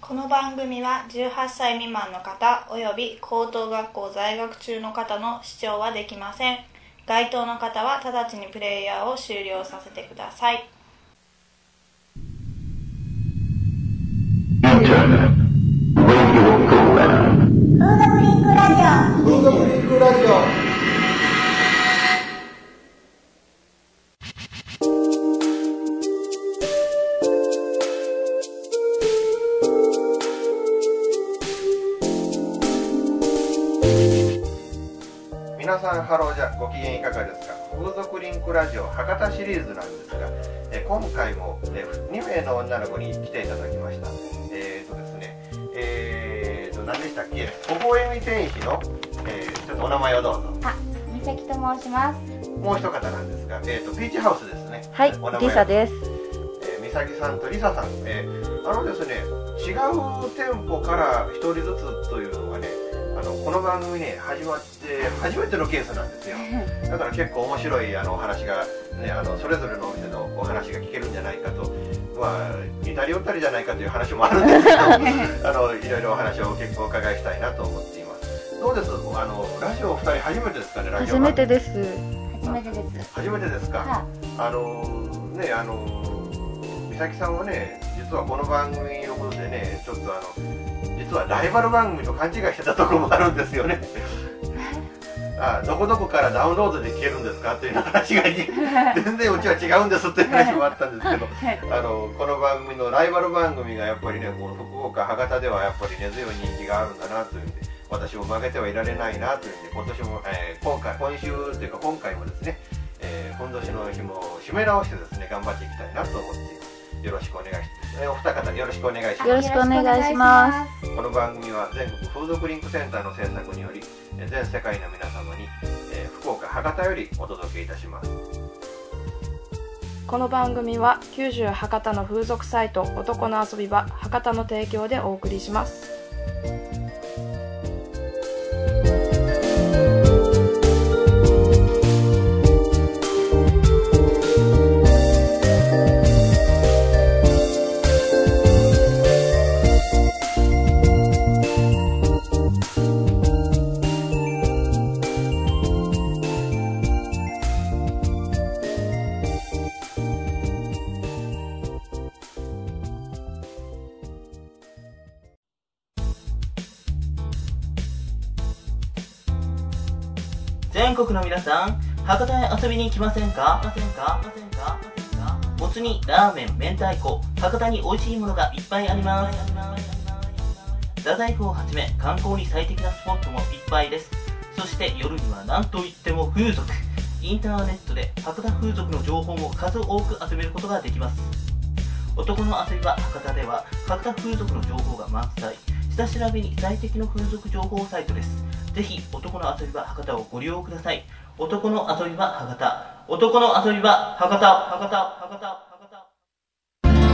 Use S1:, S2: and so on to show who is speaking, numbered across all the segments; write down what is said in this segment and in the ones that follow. S1: この番組は18歳未満の方および高等学校在学中の方の視聴はできません該当の方は直ちにプレイヤーを終了させてください
S2: Internet Radio Program.
S3: フードブリンクラジ
S4: フードブリンクラジオ皆さんハローじゃご機嫌いかがですか風俗リンクラジオ博多シリーズなんですがえー今回もえー2名の女の子に来ていただきましたえっ、とですねえっ、と何でしたっけ微笑み天使の、えーちょっとお名前をどうぞ
S3: オあ、みさきと申します
S4: もう一方なんですが、えっ、と、ピーチハウスですね。
S5: はい
S4: お名、前
S5: リサ です。
S4: えー、美咲さんとリサさん、えーあのですね違う店舗から一人ずつというのがねあのこの番組ね始まって初めてのケースなんですよだから結構面白いあのお話が、ね、あのそれぞれのお店のお話が聞けるんじゃないかとまあ似たり寄ったりじゃないかという話もあるんですけどあのいろいろお話を結構お伺いしたいなと思っていますどうですあのラジオお二人初めてですかねラジオ
S5: 初めて
S4: で
S5: です。
S3: 初めてです
S4: 初めてですか、
S3: は
S4: あのーねあのー美咲さんはね実はこの番組のことでねちょっとあの実はライバル番組と勘違いしてたところもあるんですよねあどこどこからダウンロードで聞けるんですかっていう 話が全然うちは違うんですっていう話もあったんですけど
S5: はい。
S4: あのこの番組のライバル番組がやっぱりねこの福岡博多ではやっぱり根強い人気があるんだなというんで私も負けてはいられないなというんで今年も、えー今回今週というか今回もですね、えー今年の日も締め直してですね頑張っていきたいなと思っていますよろしくお願いしますえーお二方よろしくお願いします
S3: い
S5: よろしくお願いします
S4: この番組は全国風俗リンクセンターの制作によりえー全世界の皆様に、えー福岡博多よりお届けいたします
S6: この番組は九州博多の風俗サイト男の遊び場博多の提供でお送りします
S7: 全国の皆さん博多へ遊びに来ませんかませんかませんかませんかもつ煮ラーメン明太子博多に美味しいものがいっぱいあります太宰府をはじめ観光に最適なスポットもいっぱいですそして夜には何といっても風俗インターネットで博多風俗の情報も数多く集めることができます男の遊び場博多では博多風俗の情報が満載下調べに最適の風俗情報サイトですぜひ男の遊び場博多をご利用ください男の遊び場博多男の遊び場博多博多博多博多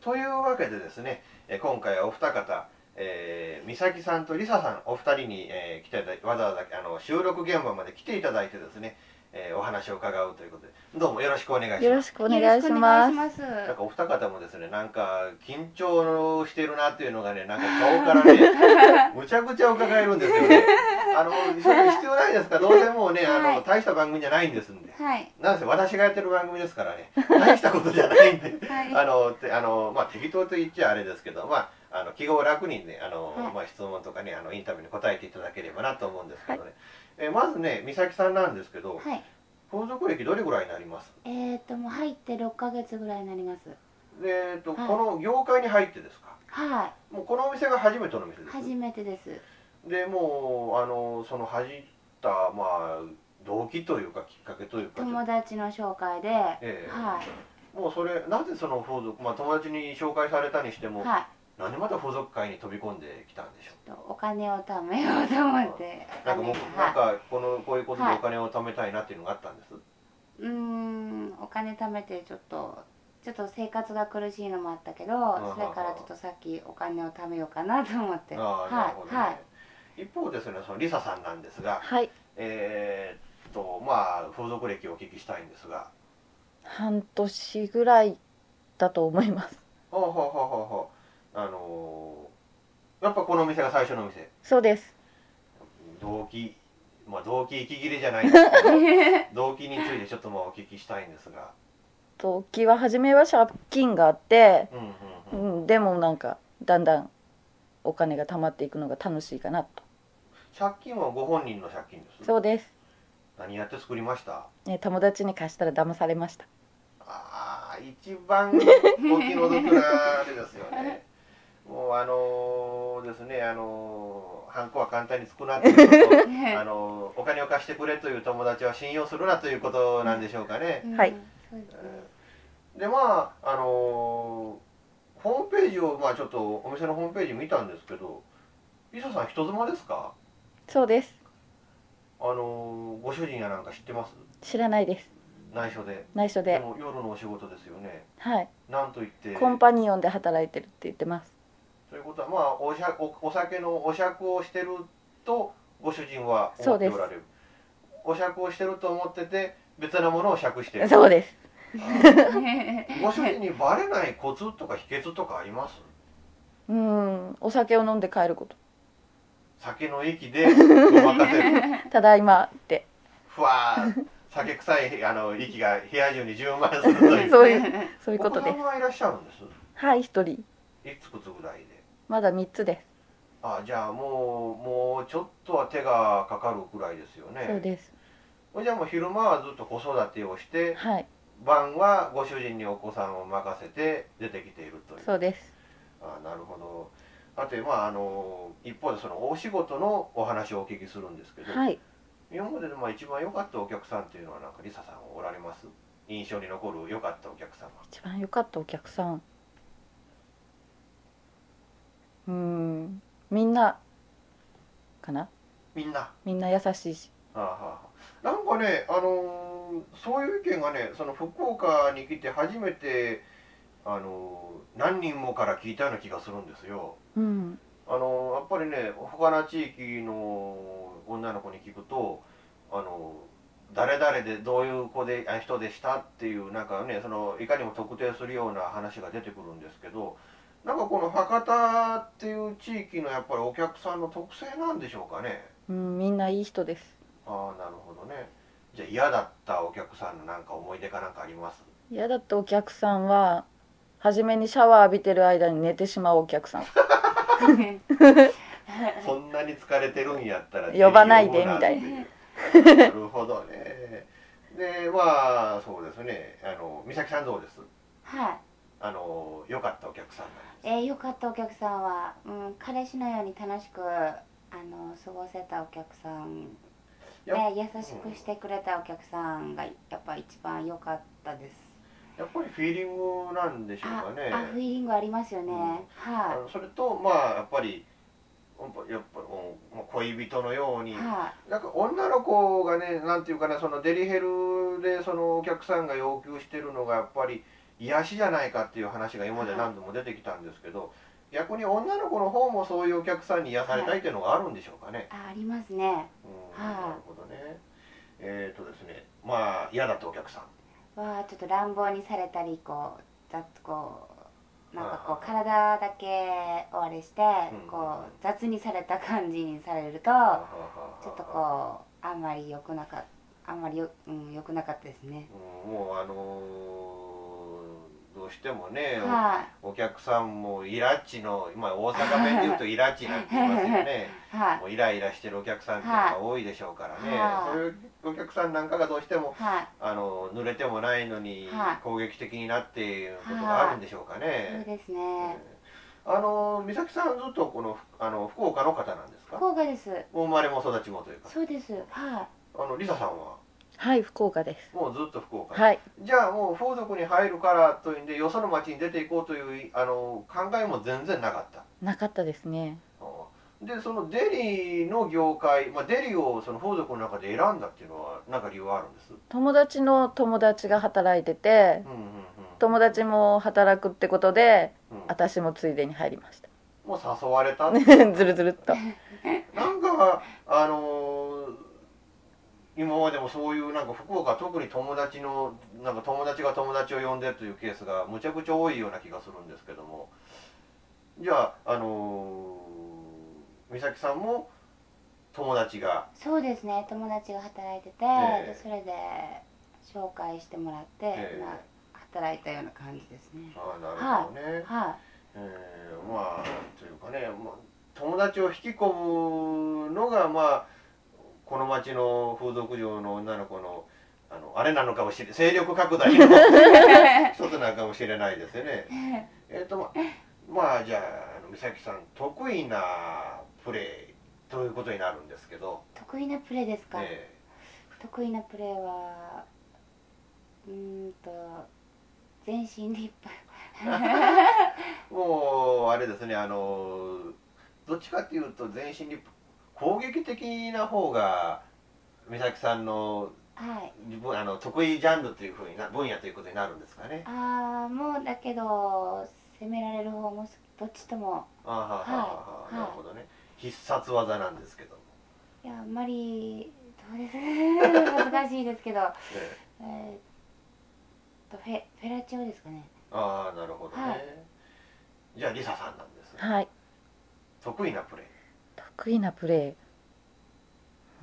S4: というわけでですね、えー今回はお二方、えー、美咲さんとリサさんお二人に、えー来ていただきわざわざあの収録現場まで来ていただいてですね、えーお話を伺うということでどうもよろしくお願いします
S5: よろしくお願いします。
S3: ます
S4: なんかお二方もですねなんか緊張してるなっていうのがねなんか顔からね むちゃくちゃ伺えるんですよねあのそれ必要ないですかどうせもうねあ
S3: は
S4: の
S3: い
S4: 大した番組じゃないんですんで
S3: はい
S4: なんせ私がやってる番組ですからね大したことじゃないんで
S3: は
S4: あのてあのまあ適当と言っちゃあれですけどまああの記号楽にねあの、
S3: はい
S4: まあ質問とかねあのインタビューに答えていただければなと思うんですけどね、えまずね美咲さんなんですけど
S3: いはい
S4: 皇族歴どれぐらいになります
S3: えーともう入って6ヶ月ぐらいになります
S4: でえっと、
S3: はい
S4: この業界に入ってですか
S3: は
S4: もうこのお店が初めてのお店
S3: い
S4: です
S3: 初めてです
S4: でもうあのその恥じったまあ動機というかきっかけというかちょっと
S3: 友達の紹介で
S4: ええ
S3: は
S4: もうそれなぜその風俗まあ友達に紹介されたにして
S3: い
S4: も、
S3: は
S4: なんでまた風俗界に飛び込んできたんでしょう
S3: いとお金を貯めようと思ってお
S4: なんか
S3: 金
S4: もうなん
S3: は
S4: かこのこういうことでお金を貯めたいなっていうのがあったんです。
S3: いうーんお金貯めてちょっとちょっと生活が苦しいのもあったけど
S4: んうん
S3: それからちょっとさっきお金を貯めようかなと思って
S4: ああなるほどね。
S3: はい
S4: 一方ですねそのリサさんなんですが、
S5: はい。
S4: えーっとまあ風俗歴をお聞きしたいんですが、
S8: 半年ぐらいだと思います
S4: ほうほうほうほうほうあのーやっぱこのお店が最初のお店
S8: そうです
S4: 動機まあ動機息切れじゃないんですけど 動機についてちょっとまあお聞きしたいんですが
S8: 動機は初めは借金があって、
S4: うん
S8: う
S4: うんうん
S8: ん、でもなんかだんだんお金が貯まっていくのが楽しいかなと
S4: 借金はご本人の借金です
S8: そうです、
S4: 何やって作りました
S8: ね、友達に貸したら騙されました
S4: ああ一番お気の毒なあれですよ ねもうあのーですねあのーハンコは簡単につくなっていう ことあのーお金を貸してくれという友達は信用するなということなんでしょうかね、
S3: うん
S8: はい
S3: そうですね
S4: でまああのーホームページをまあちょっとお店のホームページ見たんですけど伊佐さん人妻ですか
S8: そうです
S4: あのーご主人やなんか知ってます
S8: 知らないです
S4: 内緒で
S8: 内緒
S4: で
S8: で
S4: も夜のお仕事ですよね
S8: はい
S4: なんと言って
S8: コンパニオンで働いてるって言ってます
S4: ということはまあおしゃおお酒のお酌をしてるとご主人は思っておられるお酌をしてると思ってて別なものを酌してる
S8: そうです
S4: ご主人にバレないコツとか秘訣とかあります
S8: うんお酒を飲んで帰ること
S4: 酒の駅 でごまかせる
S8: ただいまって
S4: ふわー酒臭いあの息が部屋中に充満するという
S8: そういうそういうこと
S4: お
S8: で
S4: 子
S8: す
S4: 様はいらっしゃるんです
S8: はい一人
S4: いくつくつぐらいで
S8: まだ3つで
S4: あじゃあもうもうちょっとは手がかかるくらいですよね
S8: すそうです
S4: じゃあもう昼間はずっと子育てをして
S8: はい
S4: 晩はご主人にお子さんを任せて出てきているという
S8: そうです
S4: あなるほどあとまああの一方でそのお仕事のお話をお聞きするんですけど、
S8: はい
S4: 今まででまあ一番良かったお客さんというのはなんかリサさんおられます印象に残る良かったお客様
S8: 一番良かったお客さんうんみんなかな
S4: みんな
S8: みんな優しいし
S4: ああはあなんかねあのーそういう意見がねその福岡に来て初めてあのー何人もから聞いたような気がするんですよ
S8: うん
S4: あのやっぱりね他の地域の女の子に聞くとあの誰々でどういう子であ人でしたっていうなんかねそのいかにも特定するような話が出てくるんですけどなんかこの博多っていう地域のやっぱりお客さんの特性なんでしょうかね
S8: うんみんないい人です
S4: ああなるほどねじゃあ嫌だったお客さんのなんか思い出かなんかあります
S8: 嫌だったお客さんは初めにシャワー浴びてる間に寝てしまうお客さん
S4: そんなに疲れてるんやったら
S8: 呼ばないでみたい
S4: な。なるほどね。で、まあ、そうですね。あの、美咲さんどうです。
S3: はい
S4: あの、良かったお客さんなんで
S3: えー、よかったお客さんは、うん、彼氏のように楽しくあの過ごせたお客さん、
S4: す。
S3: え
S4: や
S3: ー優しくしてくれたお客さんがやっぱ一番良かったです
S4: やっぱりフィーリングなんでしょう
S3: あ
S4: かね。
S3: あフィーリングありますよね、
S4: うんあ
S3: は
S4: のそれと、まあ、やっぱり。やっぱやっぱうんまあ恋人のよう
S3: い
S4: に、
S3: は
S4: なんか女の子がねなんていうかねそのデリヘルでそのお客さんが要求してるのがやっぱり癒しじゃないかっていう話が今まで何度も出てきたんですけど、逆に女の子の方もそういうお客さんに癒されたいっていうのがあるんでしょうかね。
S3: いあありますね
S4: うんな
S3: はい
S4: るほどね。えっ、とですねまあ嫌だったお客さん。
S3: わあちょっと乱暴にされたりこう雑こうなんかこ
S4: あ
S3: う
S4: ー
S3: 体だけをあれして、
S4: うん
S3: こう雑にされた感じにされると、ちょっとこうあんまり良くなかあんまりよ、うん、良くなかったですね。
S4: うんもうあのーどうしてもね、
S3: は
S4: お客さんもイラッチの今大阪弁で言うとイラッチなんて言いますよ ね。
S3: いはい
S4: もうイライラしてるお客さんっていうのが多いでしょうからね、
S3: はい
S4: そういうお客さんなんかがどうしても
S3: はい。
S4: あの濡れてもないのに
S3: はい
S4: 攻撃的になっていることがあるんでしょうか
S3: そう
S4: ね。
S3: ですね。
S4: あの美咲さんずっとこのあの福岡の方なんですか
S3: 福岡です。
S4: お生まれも育ちもというか
S3: そうです。は
S4: あのリサさんは
S8: はい福岡です
S4: もうずっと福岡、
S8: はい
S4: じゃあもう風俗に入るからというんでよその町に出ていこうというあの考えも全然なかった
S8: なかったですね
S4: でそのデリの業界、まあ、デリをその風俗の中で選んだっていうのは何か理由はあるんです、
S8: 友達の友達が働いてて
S4: うんうんうん、
S8: 友達も働くってことで
S4: うん
S8: 私もついでに入りました
S4: もう誘われた
S8: ずるずるっと
S4: なんかあのー今までもそういうなんか福岡は特に友達のなんか友達が友達を呼んでというケースがむちゃくちゃ多いような気がするんですけどもじゃああのー美咲さんも友達が
S3: そうですね友達が働いてて、
S4: ええ
S3: でそれで紹介してもらって、
S4: ええ
S3: まあ、働いたような感じですね
S4: ああなるほどね、
S3: は
S4: えーまあというかね、まあ、友達を引き込むのがまあこの町の風俗嬢の女の子のあのあれなのかもしれ勢力拡大の一つなのかもしれないですよね。 えっ、とままあじゃああの美咲さん得意なプレーということになるんですけど、
S3: い得意なプレーですか、
S4: え
S3: 得意なプレーはうーんと全身でいっぱい
S4: ーもうあれですねあのどっちかっていうと全身に攻撃的な方が美咲さんの
S3: はい
S4: 自分あの得意ジャンルというふうにな分野ということになるんですかね。
S3: ああもうだけど攻められる方もどっちとも
S4: あーはーはーはーはーな
S3: はい
S4: るほどね。必殺技なんですけども。
S3: いやあんまりどうです難しいですけ ど
S4: ええ
S3: えーっとフェフェラチオですかね
S4: ああなるほどね。
S3: はい
S4: じゃあリサさんなんですね。
S8: はい
S4: 得意なプレ
S8: 得意なプレ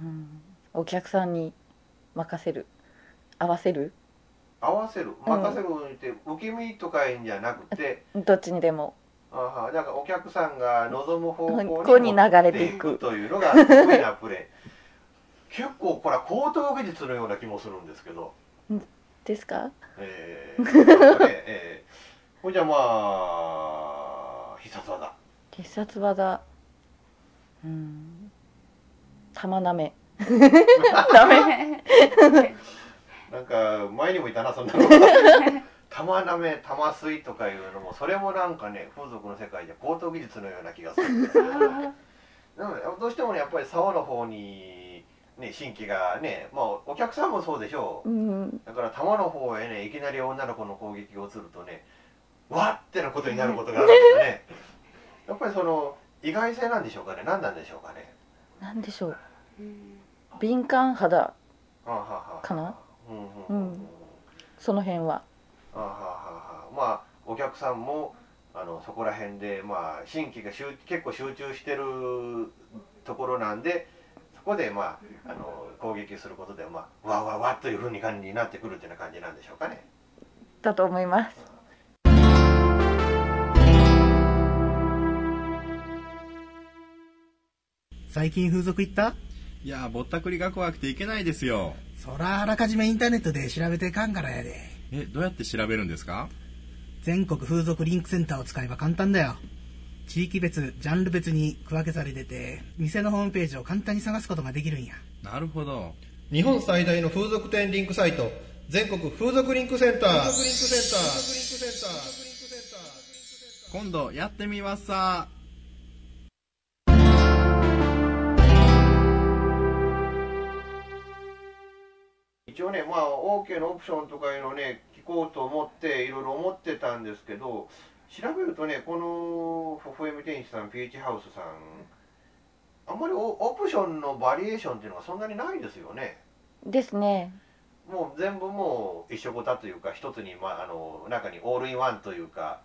S8: ー、うん、お客さんに任せる合わせる
S4: ー。合わせる任せるって、受け身とかいうんじゃなくて、
S8: どっちにでも
S4: あーはーだからお客さんが望む方
S8: こ
S4: 向
S8: こ
S4: に
S8: に
S4: 持
S8: 流
S4: っ
S8: れ
S4: て
S8: て
S4: い
S8: い
S4: く
S8: く
S4: というのが得意なプレー。結構これは高等技術のような気もするんですけど。
S8: ですか
S4: えー、なるほどねえー、ほいじゃあまあ必殺技
S8: 必殺技うん玉なめダメ
S4: なんか前にもいたなそんなの玉なめ玉すいとかいうのもそれもなんかね風俗の世界じゃ高等技術のような気がするんですけどなのでどうしてもねやっぱり竿の方にね新規がねまあお客さんもそうでしょう
S8: うん
S4: だから玉の方へねいきなり女の子の攻撃をするとねわっってなことになることがあるんですよねやっぱりその意外性なんでしょうかね何なんでしょうかね
S8: なんでしょう
S3: うん
S8: 敏感肌
S4: あはは
S8: かな
S4: うんうんうんうん
S8: その辺は
S4: あはははまあお客さんもあのそこら辺で、まあ、新規が集結構集中してるところなんでそこで、まあ、あの攻撃することで、まあ、わわわというふうに感じになってくるというような感じなんでしょうかね。
S8: だと思います
S9: 最近風俗行った
S10: いやー、ぼったくりが怖くていけないですよ。
S9: そらあらかじめインターネットで調べていかんからやで
S10: え、どうやって調べるんですか
S9: 全国風俗リンクセンターを使えば簡単だよ地域別ジャンル別に区分けされてて店のホームページを簡単に探すことができるんや
S10: なるほど。
S11: 日本最大の風俗店リンクサイト全国風俗リンクセンター
S10: 今度やってみますさ。
S4: 一応ね、まあ、OK のオプションとかいうのをね聞こうと思っていろいろ思ってたんですけど調べるとねこの「ほほえみ天使さん」「ピーチハウスさん」あんまりオオプションのバリエーションっていうのがそんなにないですよね。
S8: ですね
S4: もう全部もう一緒ごたというか一つに、まあ、あの中にオールインワンというか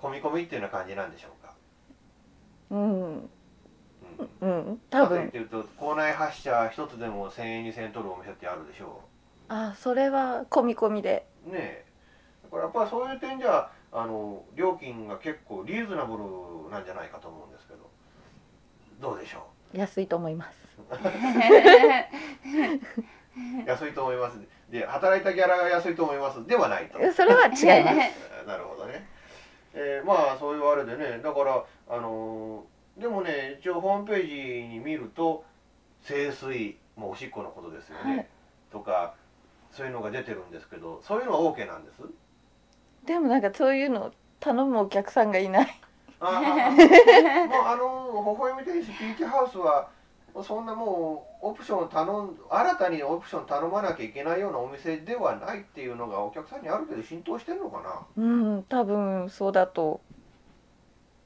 S4: 込み込みっていうような感じなんでしょうか、
S8: うん
S4: うん、
S8: うん多
S4: か
S8: 分
S4: というと校内発車一つでも1000円2000円取るお店ってあるでしょ
S8: あそれは込み込みで
S4: うねえだからやっぱりそういう点じゃあの料金が結構リーズナブルなんじゃないかと思うんですけどどうでしょ
S8: 安いと思います
S4: う安いと思いますで働いたギャラが安いと思いますではないと
S8: それは違 います
S4: なるほどね、えーまあそういうあれでねだからあのーでもね一応ホームページに見ると清水もうおしっこのことですよね、
S8: はい
S4: とかそういうのが出てるんですけどそういうのは OK なんです
S8: でもなんかそういうの頼むお客さんがいない
S4: ああもうあの微笑み天使ピーチハウスはそんなもうオプションを頼ん新たにオプション頼まなきゃいけないようなお店ではないっていうのがお客さんにある程度浸透してるのかな
S8: うん多分そうだと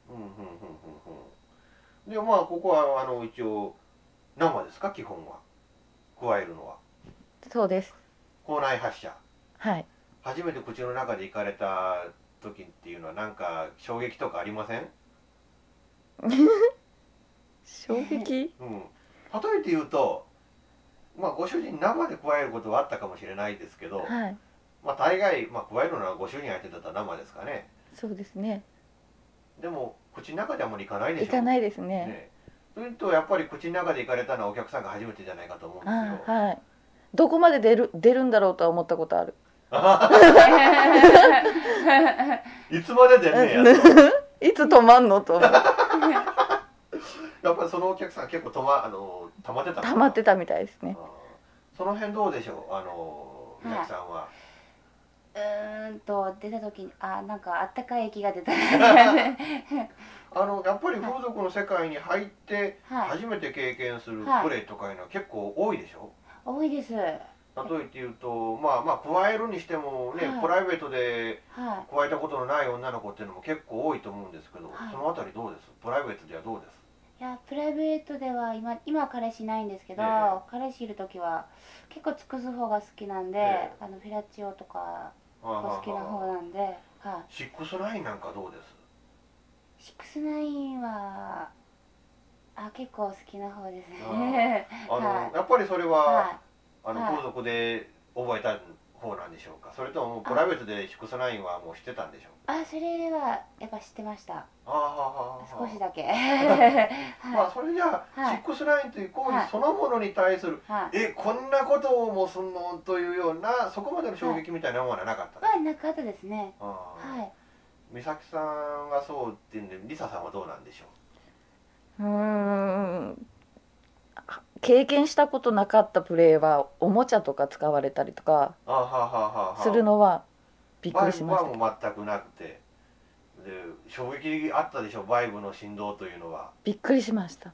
S4: うんうんうんうんうんでまあここはあの一応生ですか基本は加えるのは
S8: そうです
S4: 校内発車
S8: はい
S4: 初めて口の中で行かれた時っていうのはなんか衝撃とかありません
S8: 衝撃
S4: うん例えて言うとまあご主人生で加えることはあったかもしれないですけど、
S8: はい
S4: まあ大概、まあ、加えるのはご主人相手だったら生ですかね
S8: そうですね
S4: でも口の中であんまり行かないでしょ
S8: 行かないですね
S4: ねそれとやっぱり口の中で行かれたのはお客さんが初めてじゃないかと思うんです
S8: あ
S4: よ
S8: ーはいどこまで出る出るんだろうとは思ったことある
S4: いつまで出んねんやと
S8: いつ止まんのと思う
S4: やっぱりそのお客さん結構とまあの溜まってたのか
S8: 溜
S4: な
S8: まってたみたいですね
S4: その辺どうでしょうあの
S3: はい
S4: 宮崎さんは、
S3: うーんと出た時にあなんかあったかい液が出た は
S4: あのやっぱり風俗の世界に入って
S3: はい
S4: 初めて経験する
S3: はい
S4: プレイとかいうのは結構多いでしょ、
S3: 多いですは
S4: 例えて言うとまあまあ加えるにしてもね、
S3: はい
S4: プライベートで
S3: い
S4: 加えたことのない女の子っていうのも結構多いと思うんですけど、
S3: はい
S4: そのあたりどうですプライベートではどうです
S3: いやプライベートでは今今は彼氏いないんですけど、
S4: ええ
S3: 彼氏いる時は結構尽くす方が好きなんで、
S4: え
S3: あのフィラチオとか
S4: あ
S3: が好きな
S4: あ
S3: 方なんで、は
S4: シックスナインなんかどうです
S3: い、シックスナインはあ結構好きな方ですね
S4: あの、
S3: はい
S4: やっぱりそれは、
S3: は
S4: あの
S3: はい
S4: 風俗で覚えた方なんでしょうかそれとももうプライベートでシックスナインはもう知ってたんでしょう
S3: あそれはやっぱ知ってました
S4: ああああああ
S3: 少しだけ
S4: まあそれじゃあ、
S3: はい
S4: シックスラインという行
S3: は
S4: 為
S3: い
S4: そのものに対する、
S3: はい
S4: えこんなことをもすんのというようなそこまでの衝撃みたいなものはなかった、
S3: まあなかったですね
S4: ああ
S3: はい
S4: 美咲さんはそうっていうんでリサさんはどうなんでしょ
S8: うーん経験したことなかったプレイはおもちゃとか使われたりとか
S4: うああはあはあはあはあ
S8: するのはびっくりしました
S4: バイブはもう全くなくてで衝撃あったでしょバイブの振動というのは
S8: びっくりしました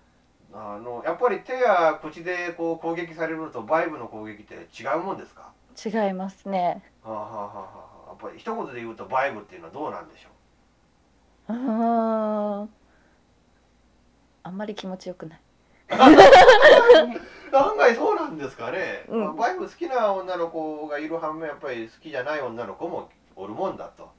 S4: あのやっぱり手や口でこう攻撃されるのとバイブの攻撃って違うもんですか
S8: 違いますね
S4: はあはあはあはあやっぱり一言で言うとバイブっていうのはどうなんでしょう
S8: うーんあんまり気持ちよくない
S4: 案外そうなんですかね、
S8: うん
S4: まあバイブ好きな女の子がいる反面やっぱり好きじゃない女の子もおるもんだと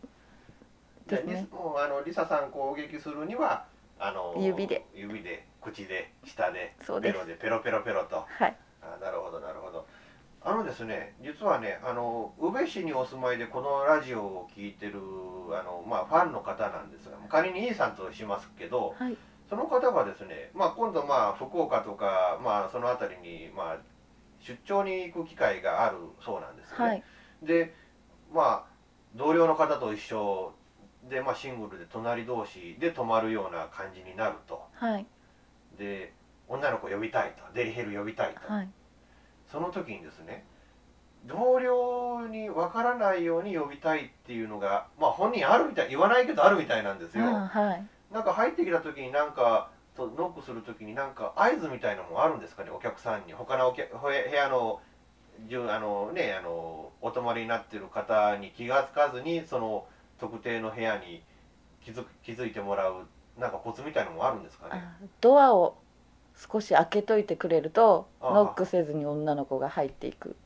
S4: じゃあ、リスもうあのリサさん攻撃するにはあの
S8: 指で
S4: 指で口で舌で
S8: そう
S4: ペ
S8: です
S4: ロでペロペロペロと
S8: はい
S4: あなるほどなるほどあのですね実はねあの宇部市にお住まいでこのラジオを聞いてるあの、まあ、ファンの方なんですが仮に E さんとしますけど、
S8: はい
S4: その方がですね、まあ、今度まあ福岡とか、まあ、その辺りにまあ出張に行く機会があるそうなんですよね、
S8: はい
S4: でまあ同僚の方と一緒で、まあ、シングルで隣同士で泊まるような感じになると
S8: はい
S4: で女の子呼びたいとデリヘル呼びたいと、
S8: はい
S4: その時にですね同僚にわからないように呼びたいっていうのが、まあ、本人あるみたい言わないけどあるみたいなんです
S8: あ
S4: よ、
S8: ーはい
S4: なんか入ってきた時になんかとノックする時になんか合図みたいなのもあるんですかねお客さんに他のお客部屋部屋のじゅあのねあのお泊まりになってる方に気がつかずにその特定の部屋に気づく気づいてもらうなんかコツみたいなのもあるんですかね
S8: ドアを少し開けといてくれると
S4: あー
S8: ノックせずに女の子が入っていく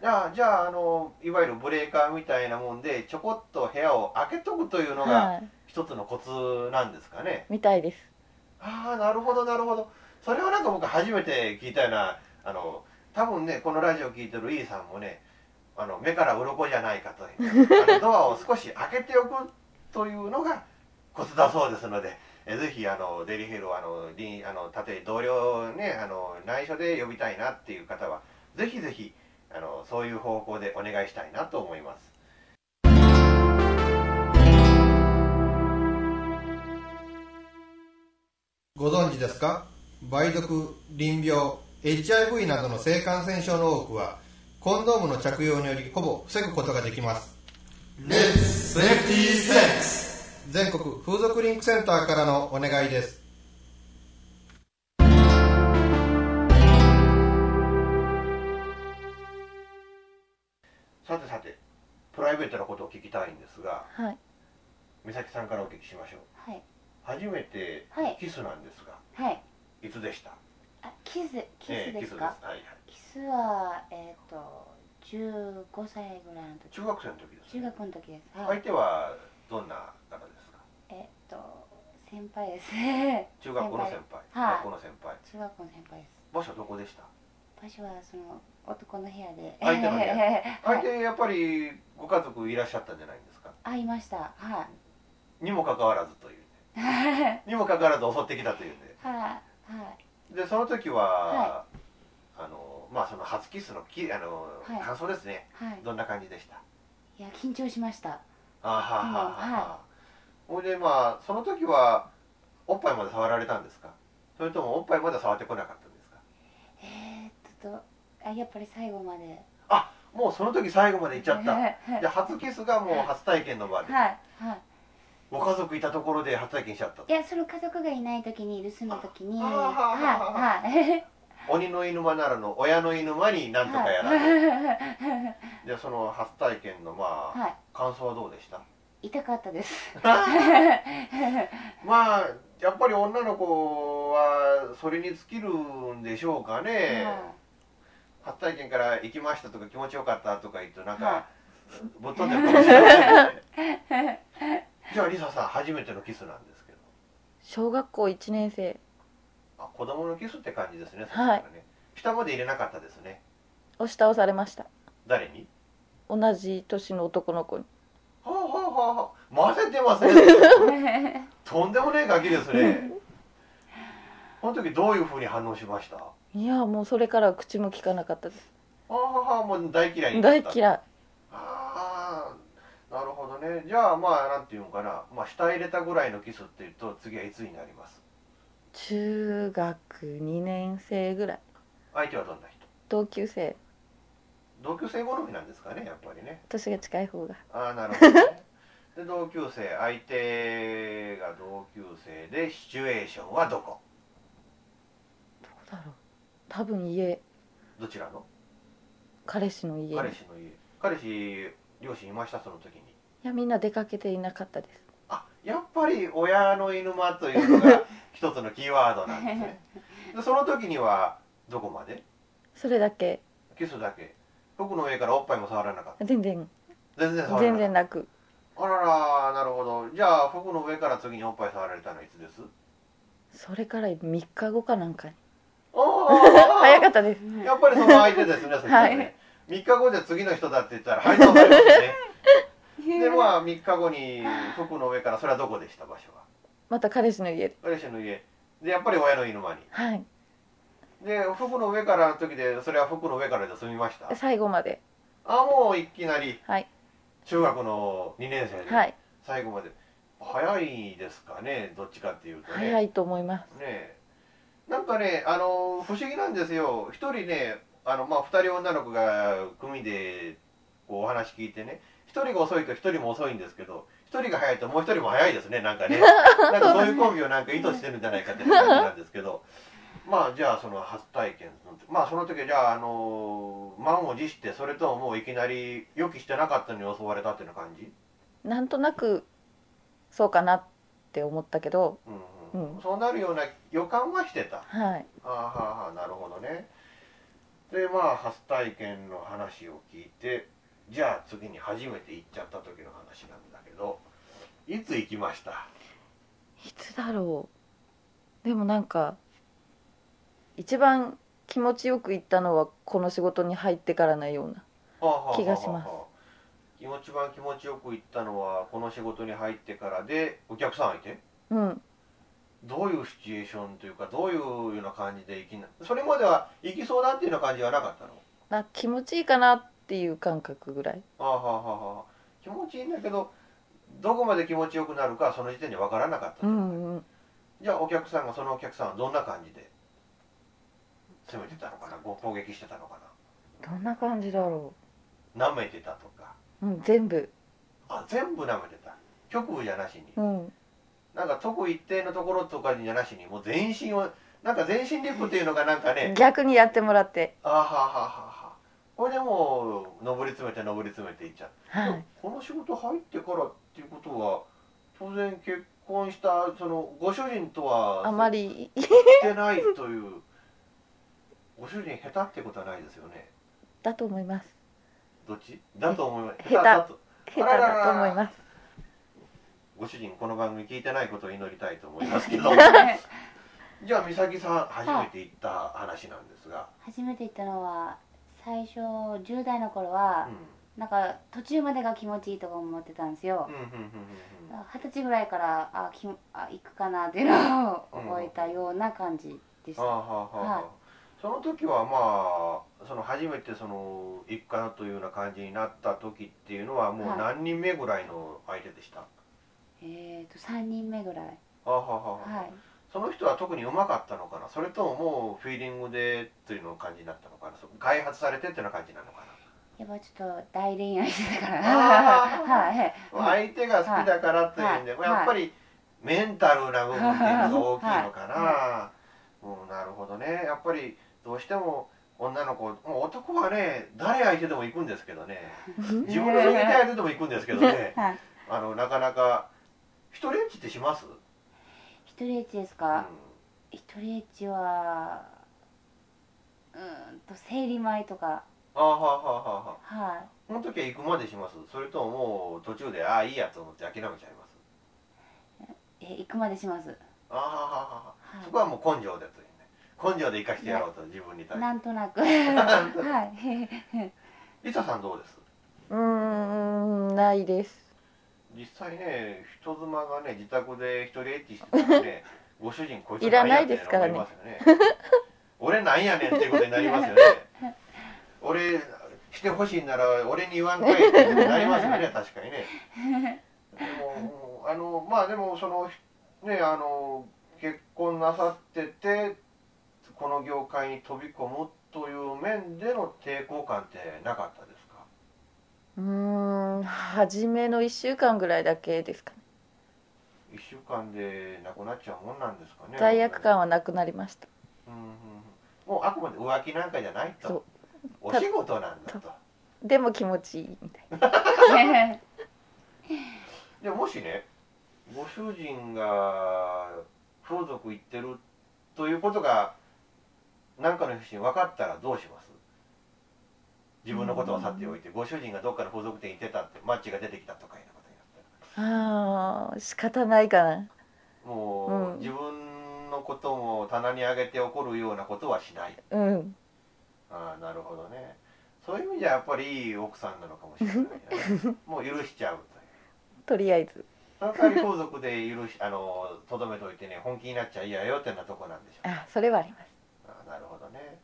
S4: じゃあじゃああのいわゆるブレーカーみたいなもんでちょこっと部屋を開けとくというのが
S8: はい
S4: 一つのコツなんですかね、
S8: みたいです
S4: ああなるほどなるほどそれはなんか僕初めて聞いたようなあの多分ねこのラジオ聞いてる E さんもねあの目から鱗じゃないかとあのドアを少し開けておくというのがコツだそうですのでえぜひあのデリヘルをあのりんあのたとえ同僚をねあの内緒で呼びたいなっていう方はぜひぜひあのそういう方向でお願いしたいなと思います。
S11: ご存知ですか梅毒、淋病、HIV などの性感染症の多くは、コンドームの着用によりほぼ防ぐことができます。Let's Safety Sex! 全国風俗リンクセンターからのお願いです。
S4: さてさてプライベートなことを聞きたいんですが
S8: はい
S4: 美咲さんからお聞きしましょう。
S3: はい
S4: 初めて
S3: はい
S4: キスなんですが、
S3: はい
S4: い、つでした
S3: キキスキス
S4: ええ
S3: ですか、
S4: キスはいはい
S3: キスはえっ、と15歳ぐらいの時
S4: 中学生の時です
S3: 中学の時です
S4: 相手はどんな方ですか
S3: えっ、と先輩です 先
S4: 中学校の先輩
S3: はい
S4: 学校の先輩
S3: 中学校の先輩です
S4: 場所どこでした
S3: 場所はその男の部屋で
S4: 相手の部
S3: はい
S4: 屋 相手やっぱりご家族いらっしゃったんじゃないんですか
S3: あいましたは
S4: にもかかわらずという
S3: い はい
S4: にもかかわらず襲ってきたというね
S3: はい
S4: でその時は、あのまあその初キスのきあの、
S3: はい
S4: 感想ですね、
S3: はい
S4: どんな感じでした
S3: いや緊張しました
S4: あーはーはーはーはー
S3: は
S4: ほいでまあその時はおっぱいまで触られたんですかそれともおっぱいまでは触ってこなかったんですか
S3: えー、っとどあやっぱり最後まで
S4: もうその時最後まで行っちゃっ
S3: は
S4: た
S3: い
S4: で初キスがもう初体験の場で、
S3: はいはい
S4: ご家族いたところで初体験しちゃった
S3: いやその家族がいない時に留守の時に
S4: あ
S3: は
S4: あは
S3: いはい
S4: 鬼の犬間ならぬ親の犬間になんとかやられ、でその初体験のまあ、
S3: はい
S4: 感想はどうでした
S3: 痛かったです
S4: まあやっぱり女の子はそれに尽きるんでしょうかね、初体験から行きましたとか気持ちよかったとか言うとなんか、ぶっ飛んでるかもしれないじゃあリサさん初めてのキスなんですけど
S8: 小学校1年生
S4: あ子供のキスって感じですね、
S8: は
S4: そし
S8: い
S4: たらね下まで入れなかったですね
S8: 押し倒されました
S4: 誰に
S8: 同じ年の男の子に
S4: はあはあはあはあ混ぜてますね とんでもないガキですねこの時どういうふうに反応しました
S8: いやもうそれからは口も聞かなかったです
S4: ああもう大嫌いになっ
S8: 大
S4: た
S8: 嫌い
S4: ああなるほどねじゃあまあなんていうのかな、まあ、下入れたぐらいのキスっていうと次はいつになります
S8: 中学2年生ぐらい
S4: 相手はどんな人
S8: 同級生
S4: 同級生好みなんですかねやっぱりね
S8: 年が近い方が
S4: ああなるほどねで同級生相手が同級生でシチュエーションはどこ
S8: 多分家
S4: どちらの
S8: 彼氏の家に
S4: 彼氏の家彼氏両親いましたその時に
S8: いやみんな出かけていなかったです
S4: やっぱり親の犬間というのが一つのキーワードなんですねでその時にはどこまで
S8: それだけ
S4: キスだけ僕の上からおっぱいも触らなかっ
S8: 全然
S4: た全然触ら
S8: 全
S4: なかっ
S8: 然なく
S4: たあららなるほどじゃあ僕の上から次におっぱい触られたのはいつです
S8: それから3日後かなんかに
S4: 早
S8: かったです
S4: やっぱりその相手ですねそしたらね、3日後で次の人だって言ったら配送されますねでまあ3日後に服の上からそれはどこでした場所は
S8: また彼氏の家で
S4: 彼氏の家でやっぱり親の犬間に
S8: はい
S4: で服の上からの時でそれは服の上からで済みました
S8: 最後まで
S4: あもういきなり
S8: はい
S4: 中学の2年生で
S8: はい
S4: 最後まで早いですかねどっちかっていうとね
S8: 早いと思います
S4: ねえなんかねあの不思議なんですよ一人ねあのまあ二人女の子が組でこうお話聞いてね一人が遅いと一人も遅いんですけど一人が早いともう一人も早いですねなん かねなんかそういうコンビをなんか意図してるんじゃないかっていう感じなんですけどまあじゃあその初体験のまあその時はじゃああの満を持してそれとももういきなり予期してなかったのに襲われたっていうような感じ
S8: なんとなくそうかなって思ったけど、うん
S4: そうなるような予感はしてた
S8: はい
S4: あーはあはあなるほどねでまあ初体験の話を聞いてじゃあ次に初めて行っちゃった時の話なんだけどいつ行きました
S8: いつだろうでもなんか一番気持ちよく行ったのはこの仕事に入ってからなような
S4: はあはあはあはあ
S8: 気がします
S4: 気持ち番気持ちよく行ったのはこの仕事に入ってからでお客さん相手
S8: うん
S4: どういうシチュエーションというかどういうような感じで行きなそれまでは行きそうだっていうような感じはなかったの
S8: な気持ちいいかなっていう感覚ぐらい
S4: あーはあはあはあ気持ちいいんだけどどこまで気持ちよくなるかはその時点で分からなかった
S8: うんうん
S4: じゃあお客さんがそのお客さんはどんな感じで攻めてたのかなご攻撃してたのか
S8: どんな感じだろ
S4: な舐めてたとか
S8: う、うん、全部
S4: あ全部舐めてた局部じゃなしに
S8: うん
S4: なんか特一定のところとかじゃなしにもう全身をなんか全身リップっていうのがなんかね
S8: 逆にやってもらって
S4: あーはあはあはあはあこれでもう上り詰めて上り詰めていっちゃう
S8: はい
S4: この仕事入ってからっていうことは当然結婚したそのご主人とは
S8: あまり
S4: してないというご主人下手ってことはないですよね
S8: だと思います
S4: どっちだと思います
S8: 下手
S4: だと
S8: 下手だと思います
S4: ご主人この番組聞いてないことを祈りたいと思います けどじゃあ美咲さん初めて行った話なんですが、
S3: 初めて行ったのは最初10代の頃は、なんか途中までが気持ちいいとか思ってたんですよ
S4: うんうんうんうん
S3: 二十、歳ぐらいからあきあ行くかなっていうのを覚えたような感じでした、
S4: はあはあはあ
S3: はい
S4: その時はまあその初めてその一家というような感じになった時っていうのはも
S3: は
S4: う
S3: い
S4: 何人目ぐらいの相手でした、
S3: えっ、と3人目ぐらい
S4: あははは
S3: はい
S4: その人は特にうまかったのかなそれとももうフィーリングでというのを感じになったのかなそう開発されてっていうような感じなのか
S3: やっぱちょっと大恋愛してたから
S4: あー
S3: はい
S4: な、相手が好きだからっていうんで、
S3: はい
S4: やっぱりメンタルな部分っていうのが大きいのかな、
S3: は
S4: うん、なるほどねやっぱりどうしても女の子もう男はね誰相手でも行くんですけど ね自分の好きな相手でも行くんですけどね
S3: はい
S4: あのなかなか一人エッチってします
S3: 一人エッチですか、一人エッチはうーんと生理前とか
S4: あはははは
S3: はい
S4: その時は行くまでしますそれとももう途中でああいいやと思って諦めちゃいます
S3: え行くまでします
S4: あはははそこはもう根性でというね根性で生かしてやろうと自分に対し
S3: なんとなく
S4: なんと
S3: はい
S4: てリサさんどうです
S8: うーんないです
S4: 実際ね人妻がね自宅で一人エッチしてたら ねご主人こいつ
S8: いらないですからね
S4: なんやねん思いますよね俺なんやねんっていうことになりますよね 俺してほしいなら俺に言わんかいってことになりますよね確かにねでもあのまあでもそのねあの結婚なさっててこの業界に飛び込むという面での抵抗感ってなかったですか
S8: うーん初めの1週間ぐらいだけですかね
S4: 一週間でなくなっちゃうもんなんですかね
S8: 罪悪感はなくなりました
S4: うんうんうんもうあくまで浮気なんかじゃないとお仕事なんだと
S8: でも気持ちいいみたい
S4: でもしねご主人が風俗行ってるということが何かの人に分かったらどうします自分のことはさておいてご主人がどっかの風俗店行ってたってマッチが出てきたとかいう
S8: なあー仕方ないかな
S4: のもう、
S8: うん
S4: 自分のことも棚に上げて怒るようなことはしない
S8: うん
S4: ああなるほどねそういう意味じゃやっぱりいい奥さんなのかもしれないね もう許しちゃう
S8: とりあえず
S4: その代わり皇族で許しあのとどめといてね本気になっちゃ嫌よってなとこなんでしょ
S8: あそれはあります
S4: ああなるほどね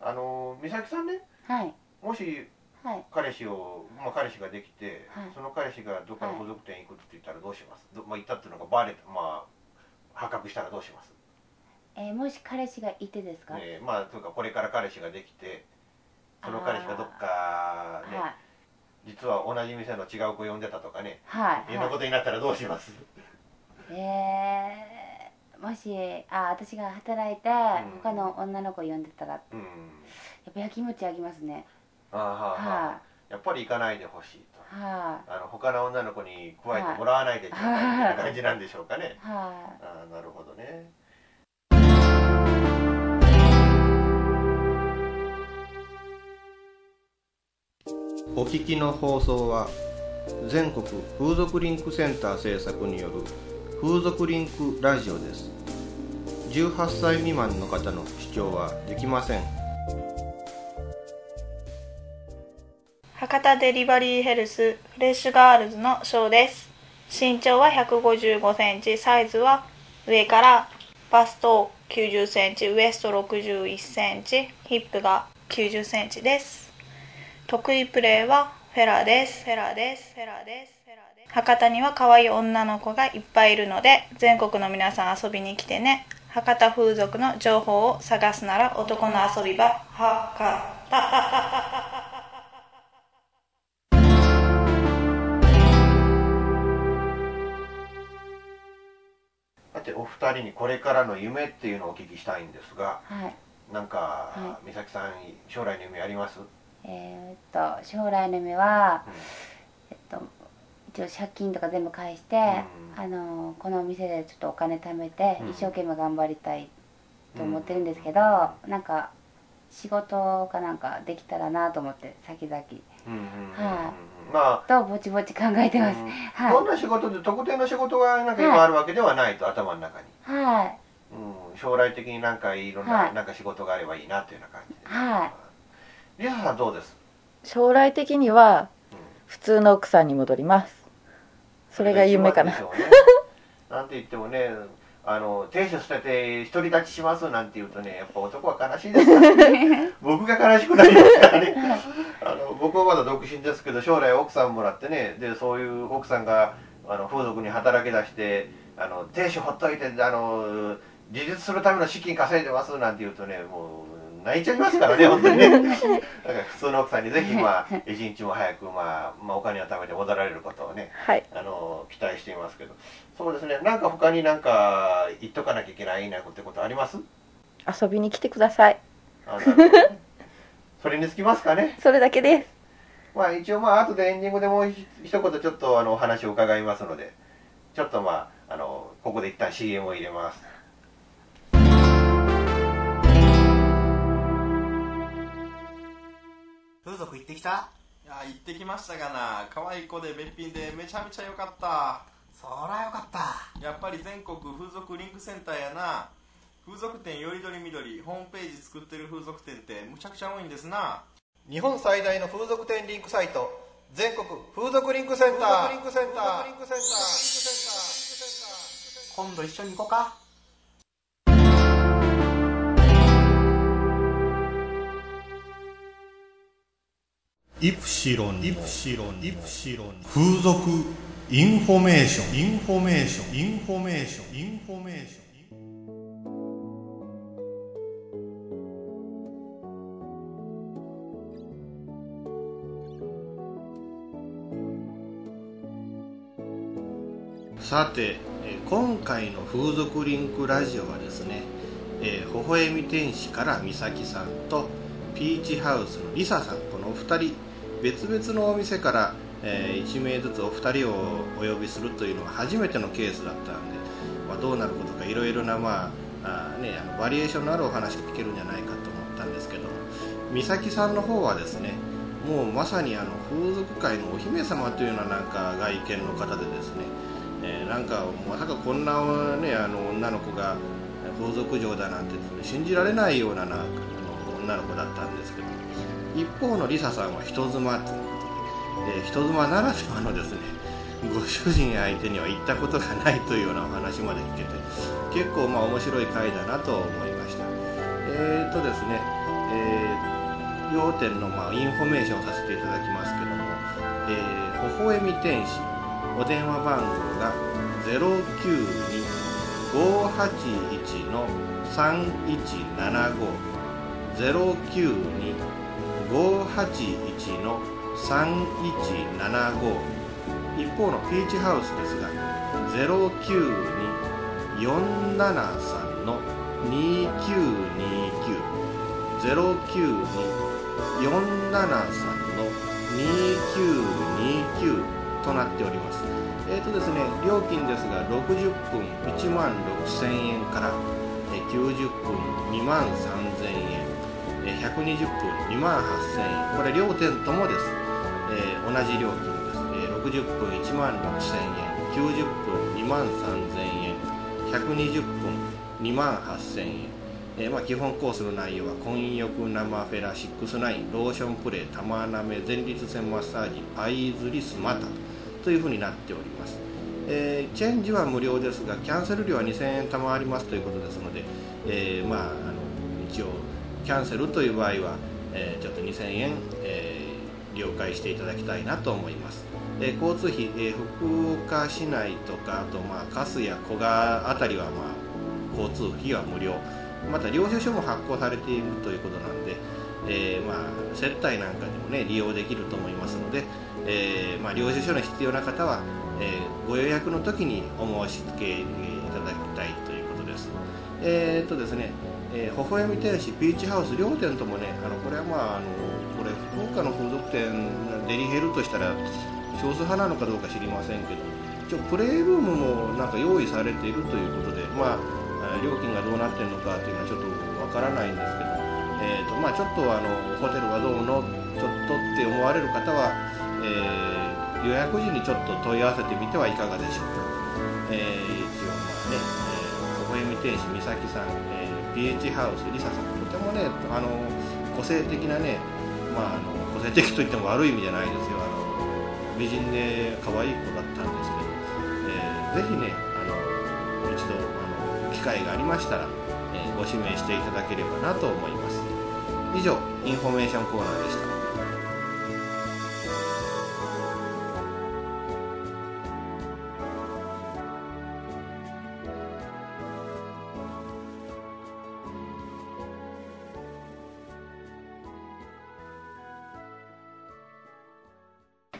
S4: あの美咲さんね
S3: はい
S4: もし
S3: はい
S4: 彼氏を、まあ、彼氏ができて、
S3: はい
S4: その彼氏がどっかの皇族店行くって言ったらどうします、どまあ、行ったっていうのがバレてまあ破格したらどうします、
S3: えーもし彼氏がいてですか、
S4: ねえまあというかこれから彼氏ができてその彼氏がどっかね、
S3: はい
S4: 実は同じ店の違う子呼んでたとかね
S3: はい
S4: 嫌なことになったらどうします、
S3: えーもしあ私が働いて
S4: ん
S3: 他の女の子呼んでたら、
S4: うん
S3: やっぱやきもちあげますね
S4: あーはあはあ
S3: は
S4: やっぱり行かないでほしいと
S3: いは
S4: あの他の女の子に加えてもらわないでちょうだいみたいな感じなんでしょうかね
S3: いは
S4: あーなるほどね
S11: お聞きの放送は全国風俗リンクセンター制作による風俗リンクラジオです18歳未満の方の視聴はできません
S1: 博多デリバリーヘルスフレッシュガールズのショーです身長は1 5 5センチサイズは上からバスト9 0センチウエスト6 1センチヒップが9 0センチです得意プレーはフェラですフェラですフェラですフェラです博多には可愛い女の子がいっぱいいるので全国の皆さん遊びに来てね博多風俗の情報を探すなら男の遊び場博多
S4: さてお二人にこれからの夢っていうのをお聞きしたいんですが
S3: はい
S4: なんか、美咲さん将来の夢あります
S3: えーっと将来の夢は、えっと一応借金とか全部返して、あのこのお店でちょっとお金貯めて、
S5: うん
S3: 一生懸命頑張りたいと思ってるんですけど、なんか仕事かなんかできたらなと思って先々
S12: うんうん
S3: は
S12: まあ
S3: いとぼちぼち考えてます
S12: うん
S3: はい
S12: どんな仕事で特定の仕事がなんか今あるわけではないと、頭の中に、
S3: はい
S12: うん、将来的になんかいろんな,、
S8: はい
S12: なんか仕事があればいいなというような感じ
S3: は
S12: リサさんどうです
S8: 将来的には普通の奥さんに戻りますそれが夢かな
S12: 一番でしょうね なんて言ってもねあの亭主捨てて独り立ちしますなんて言うとねやっぱ男は悲しいですから ね僕が悲しくなりますからねあの僕はまだ独身ですけど将来奥さんもらってねでそういう奥さんがあの風俗に働き出してあの亭主ほっといてあの自立するための資金稼いでますなんて言うとねもう泣いちゃいますからね本当に ねだから普通の奥さんにぜひまあ一日も早く、まあ、まあお金を貯めて戻られることをね、
S8: はい
S12: あの期待していますけどそうですねなんか他になんか言っとかなきゃいけないなんてことあります
S8: 遊びに来てください
S12: あなるほどそれにつきますかね
S8: それだけです
S12: まあ一応まあ後でエンディングでもうひ一言ちょっとあのお話を伺いますのでちょっとまああのここで一旦 CM を入れます
S13: 風俗行ってきたいや行ってきましたがな可愛い子でべっぴんでめちゃめちゃ良かったそら良かったやっぱり全国風俗リンクセンターやな風俗店よりどりみどりホームページ作ってる風俗店ってむちゃくちゃ多いんですな
S9: 日本最大の風俗店リンクサイト全国風俗リンクセンターリンクセンターリンクセンター今度一緒に行こうか
S14: イプシロンイプシロンイプシロン風俗インフォメーションインフォメーションインフォメーションインフォメーション
S4: さて、えー今回の風俗リンクラジオはですね、えー微笑み天使から美咲さんとピーチハウスのリサさんこのお二人別々のお店から、え1名ずつお二人をお呼びするというのは初めてのケースだったんで、まあ、どうなることかいろいろな、まああーね、あのバリエーションのあるお話が聞けるんじゃないかと思ったんですけど美咲さんの方はですねもうまさにあの風俗界のお姫様というようななんか外見の方でですねえーなんかまさかこんな、ね、あの女の子が風俗嬢だなんて信じられないようななあの女の子だったんですけど一方のリサさんは人妻ということで、えー人妻ならではのですねご主人相手には行ったことがないというようなお話まで聞けて結構まあ面白い回だなと思いましたえー、とですね、えー要点のまあインフォメーションをさせていただきますけども「えー、微笑み天使」お電話番号が092581の3175 092581の3175一方のピーチハウスですが092473の2929 092473の2929となっておりますえーとですね、料金ですが60分1万6000円からえー90分2万3000円えー120分2万8000円これ両店ともです、えー同じ料金です、えー60分1万6000円90分2万3000円120分2万8000円えーまあ、基本コースの内容は混浴生フェラ69ローションプレー玉なめ前立腺マッサージパイズリスマタというふうになっております、えーチェンジは無料ですがキャンセル料は2000円賜りますということですので、えーまあ、あの一応キャンセルという場合は、えーちょっと2000円、えー了解していただきたいなと思います、えー交通費、えー福岡市内とかあと、まあ、粕谷古賀あたりは、まあ、交通費は無料また領収書も発行されているということなんで、えーまあ、接待なんかにも、ね、利用できると思いますので、えーまあ、領収書の必要な方は、えーご予約の時にお申し付けいただきたいということです。えーっとですね、えー、微笑み天使ビーチハウス両店ともね、あのこれはまああのこれ福岡の風俗店デリヘルとしたら少数派なのかどうか知りませんけど、一応プレイルームもなんか用意されているということで、まああー料金がどうなってるのかというのはちょっとわからないんですけど、
S13: えーとまあ、ちょっとあのホテルはどうのちょっとって思われる方は、えー予約時にちょっと問い合わせてみてはいかがでしょうか、えー一応まあね、えー、微笑み天使美咲さん、えー PH ハウスリサさんとてもねあの個性的なね、まあ、あの個性的といっても悪い意味じゃないですよあの美人で可愛い子だったんですけど、えーぜひねあの一度あの機会がありましたら、えーご指名していただければなと思います以上インフォメーションコーナーでした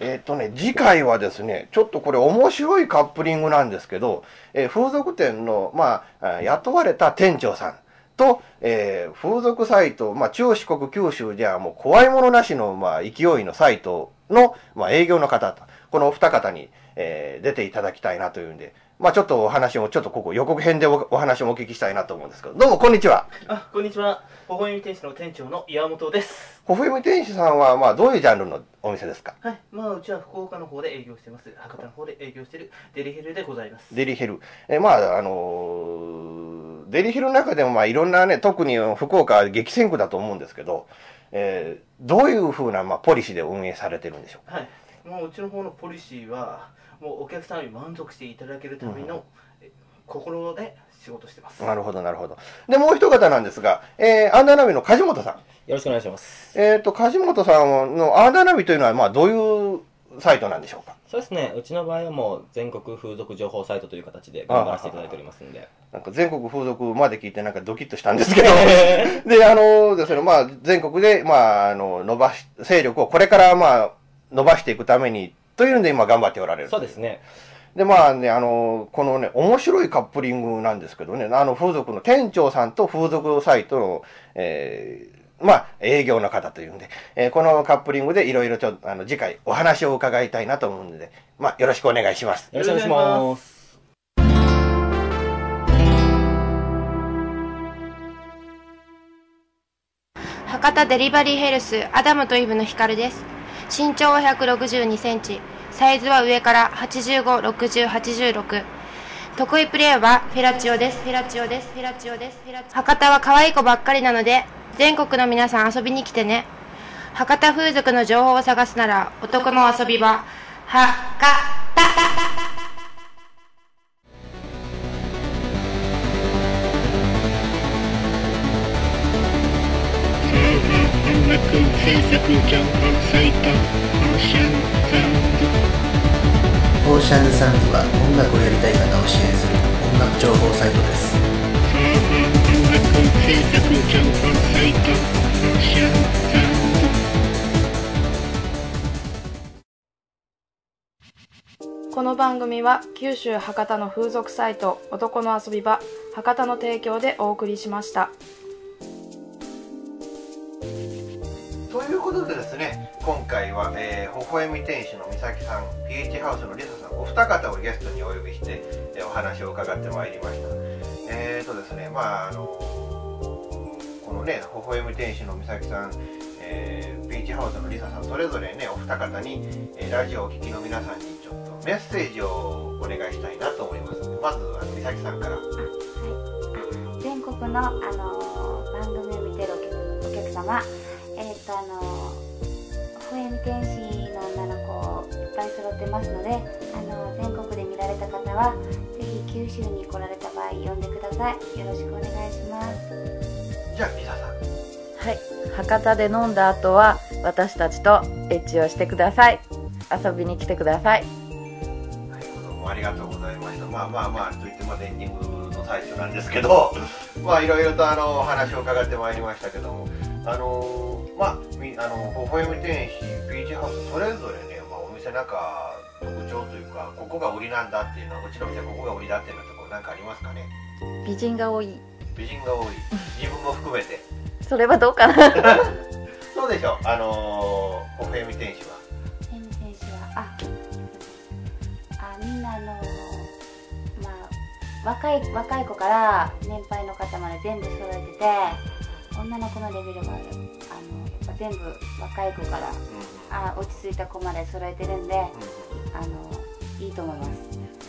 S4: えっとね、次回はですね、ちょっとこれ面白いカップリングなんですけど、えー風俗店の、まああ、雇われた店長さんと、えー風俗サイト、まあ、中四国九州ではもう怖いものなしの、まあ、勢いのサイトの、まあ、営業の方と、このお二方に、えー出ていただきたいなというんで、まあ、ちょっとお話も、ちょっとここ予告編でおお話もお聞きしたいなと思うんですけど、どうもこんにちは。
S7: あこんにちは微笑み天使の店長の岩本です
S4: ほふみ店主さんは、まあ、どういうジャンルのお店ですか
S7: はいまあうちは福岡の方で営業してます博多の方で営業してるデリヘルでございます
S4: デリヘル。えーまあ、あのーデリヘルの中でも、まあ、いろんなね、特に福岡は激戦区だと思うんですけど、えーどういうふうな、まあ、ポリシーで運営されてるんでしょう
S7: はいもううちの方のポリシーはもうお客様に満足していただけるための、え心で仕事してます
S4: かなるほど、なるほど。で、もう一方なんですが、えー、アンダーナビの梶本さん。
S15: よろしくお願いします。
S4: えっ、と、梶本さんのアンダーナビというのは、まあ、どういうサイトなんでしょうか
S15: そうですね、うちの場合はもう全国風俗情報サイトという形で頑張らせていただいておりますんで。
S4: なんか全国風俗まで聞いてなんかドキッとしたんですけど、で、あのですね、まあ、全国で、まあ、あの、伸ばし、勢力をこれから、まあ、伸ばしていくために、というので今頑張っておられる。
S15: そうですね。
S4: で、まあね、あの、このね、面白いカップリングなんですけどね、あの、風俗の店長さんと風俗サイトの、えーまあ、営業の方というんで、えーこのカップリングでいろいろちょっと、あの、次回お話を伺いたいなと思うので、まあ、よろしくお願いします。
S15: よろしくお願いします。
S16: 博多デリバリーヘルスアダムとイブのヒカルです身長は1 6 2センチサイズは上から856086得意プレーはフェラチオですフェラチオですフェラチオですフェラチオ博多は可愛い子ばっかりなので全国の皆さん遊びに来てね博多風俗の情報を探すなら男の遊び場は
S17: オーシャンズサンズは音楽をやりたい方を支援する音楽情報サイトです
S6: この番組は九州博多の風俗サイト男の遊び場博多の提供でお送りしました
S4: ということでですね、今回は、えー、微笑み天使の美咲さん、PH ハウスのリサさん、お二方をゲストにお呼びして、えーお話を伺ってまいりました。えーとですね、まあ、あの、このね、微笑み天使の美咲さん、えー、PH ハウスのリサさん、それぞれね、お二方に、えーラジオをお聞きの皆さんにちょっとメッセージをお願いしたいなと思います。まず、あの美咲さんから。
S3: 全国の、あのー番組を見てるお客お客様えっ、とあのー、微笑み天使の女の子いっぱい揃ってますので、あのー全国で見られた方はぜひ九州に来られた場合呼んでくださいよろしくお願いします
S4: じゃあリサさん
S8: はい、博多で飲んだ後は私たちとエッチをしてください遊びに来てください
S4: どうもありがとうございました。まあまあまあ、といってまあエンディングの最初なんですけど、 まあいろいろとあのお話を伺ってまいりましたけども、あのーまあ、みあの、微笑み天使、ビーチハウス、それぞれね、まあお店なんか特徴というか、ここが売りなんだっていうのは、うちの店ここが売りだっていうのはところなんかありますかね。
S8: 美人が多い
S4: 美人が多い、自分も含めて。
S8: それはどうかな
S4: どうでしょう、あのー、微笑み天使は。
S3: 天使選手はああみんなあのーまあ若い若い子から年配の方まで全部揃えてて女の子のレベルがあのやっぱ全部若い子から、あ落ち着いた子まで揃えてるんで、あのいいと思います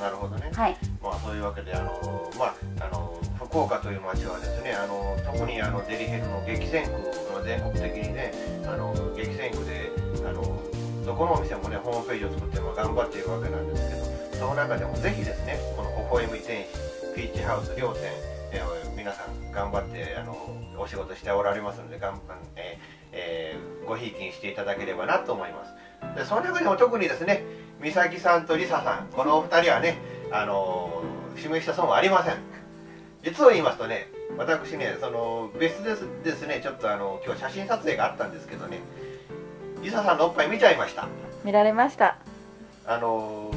S4: なるほどね、
S3: はい
S4: まあそういうわけであのまああの福岡という町はですねあの特にあのデリヘルの激戦区の全国的にねあの激戦区であのどこのお店もねホームページを作ってまあ頑張っているわけなんですけどその中でもぜひですねこの微笑み天使ピーチハウス両店、えー皆さん頑張ってあのお仕事しておられますので頑張えーえーごひいきにしていただければなと思いますでその中でも特にですね美咲さんとリサさんこのお二人はねあのー示した損はありません実を言いますとね私ねその別ですですねちょっとあの今日写真撮影があったんですけどねリサさんのおっぱい見ちゃいました
S8: 見られました
S4: あの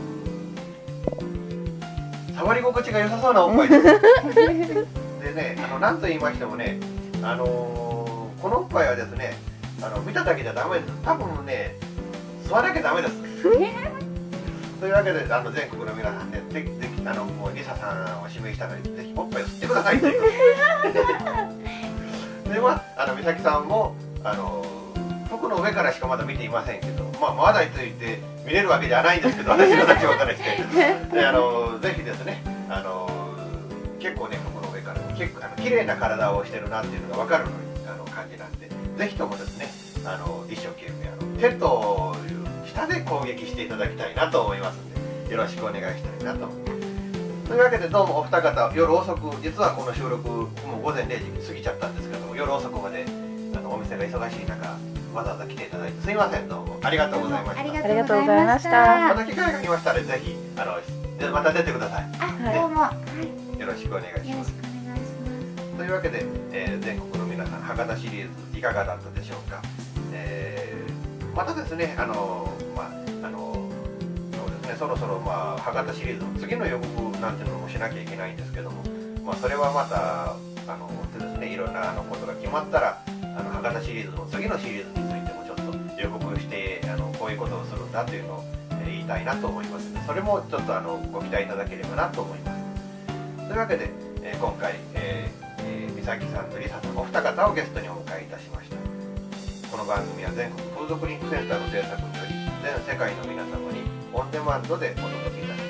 S4: ー触り心地が良さそうなおっぱいですでねあの何と言いましてもねあのーこのおっぱいはですねあの見ただけじゃダメです多分ね座らなきゃダメですというわけであの全国の皆さんねぜひぜひあのもうリサさんを指名したのでぜひおっぱいを吸ってくださいというでまああの美咲さんもあの僕の上からしかまだ見ていませんけど、まあ、まだについて見れるわけじゃないんですけど私の立場からしてであのぜひですねあの結構ね僕の上から結構あの綺麗な体をしてるなっていうのが分かるのあの感じなんでぜひともですねあの一生懸命あの手という下で攻撃していただきたいなと思いますんでよろしくお願いしたいなと思いますというわけでどうもお二方夜遅く実はこの収録もう午前0時過ぎちゃったんですけども夜遅くまであのお店が忙しい中わざわざ来ていただいてすいませんどうもありがとうございました
S8: ありがとうございました
S4: また機会がありましたらぜひあのでまた出てください
S3: どうも
S4: よろしくお願いします。というわけで、えー全国の皆さん博多シリーズいかがだったでしょうか。えーまたですねあのーまああのーそうですねそろそろまあ博多シリーズの次の予告なんていうのもしなきゃいけないんですけども、まあそれはまたあのでですねいろんなあのことが決まったらあの博多シリーズの次のシリーズについてもちょっと予告してあのこういうことをするんだというのをえー言いたいなと思いますのでそれもちょっとあのご期待いただければなと思います。というわけで、えー今回、えーえー美咲さんとリサさんお二方をゲストにお迎えいたしましたこの番組は全国風俗リンクセンターの制作により全世界の皆様にオンデマンドでお届けいたします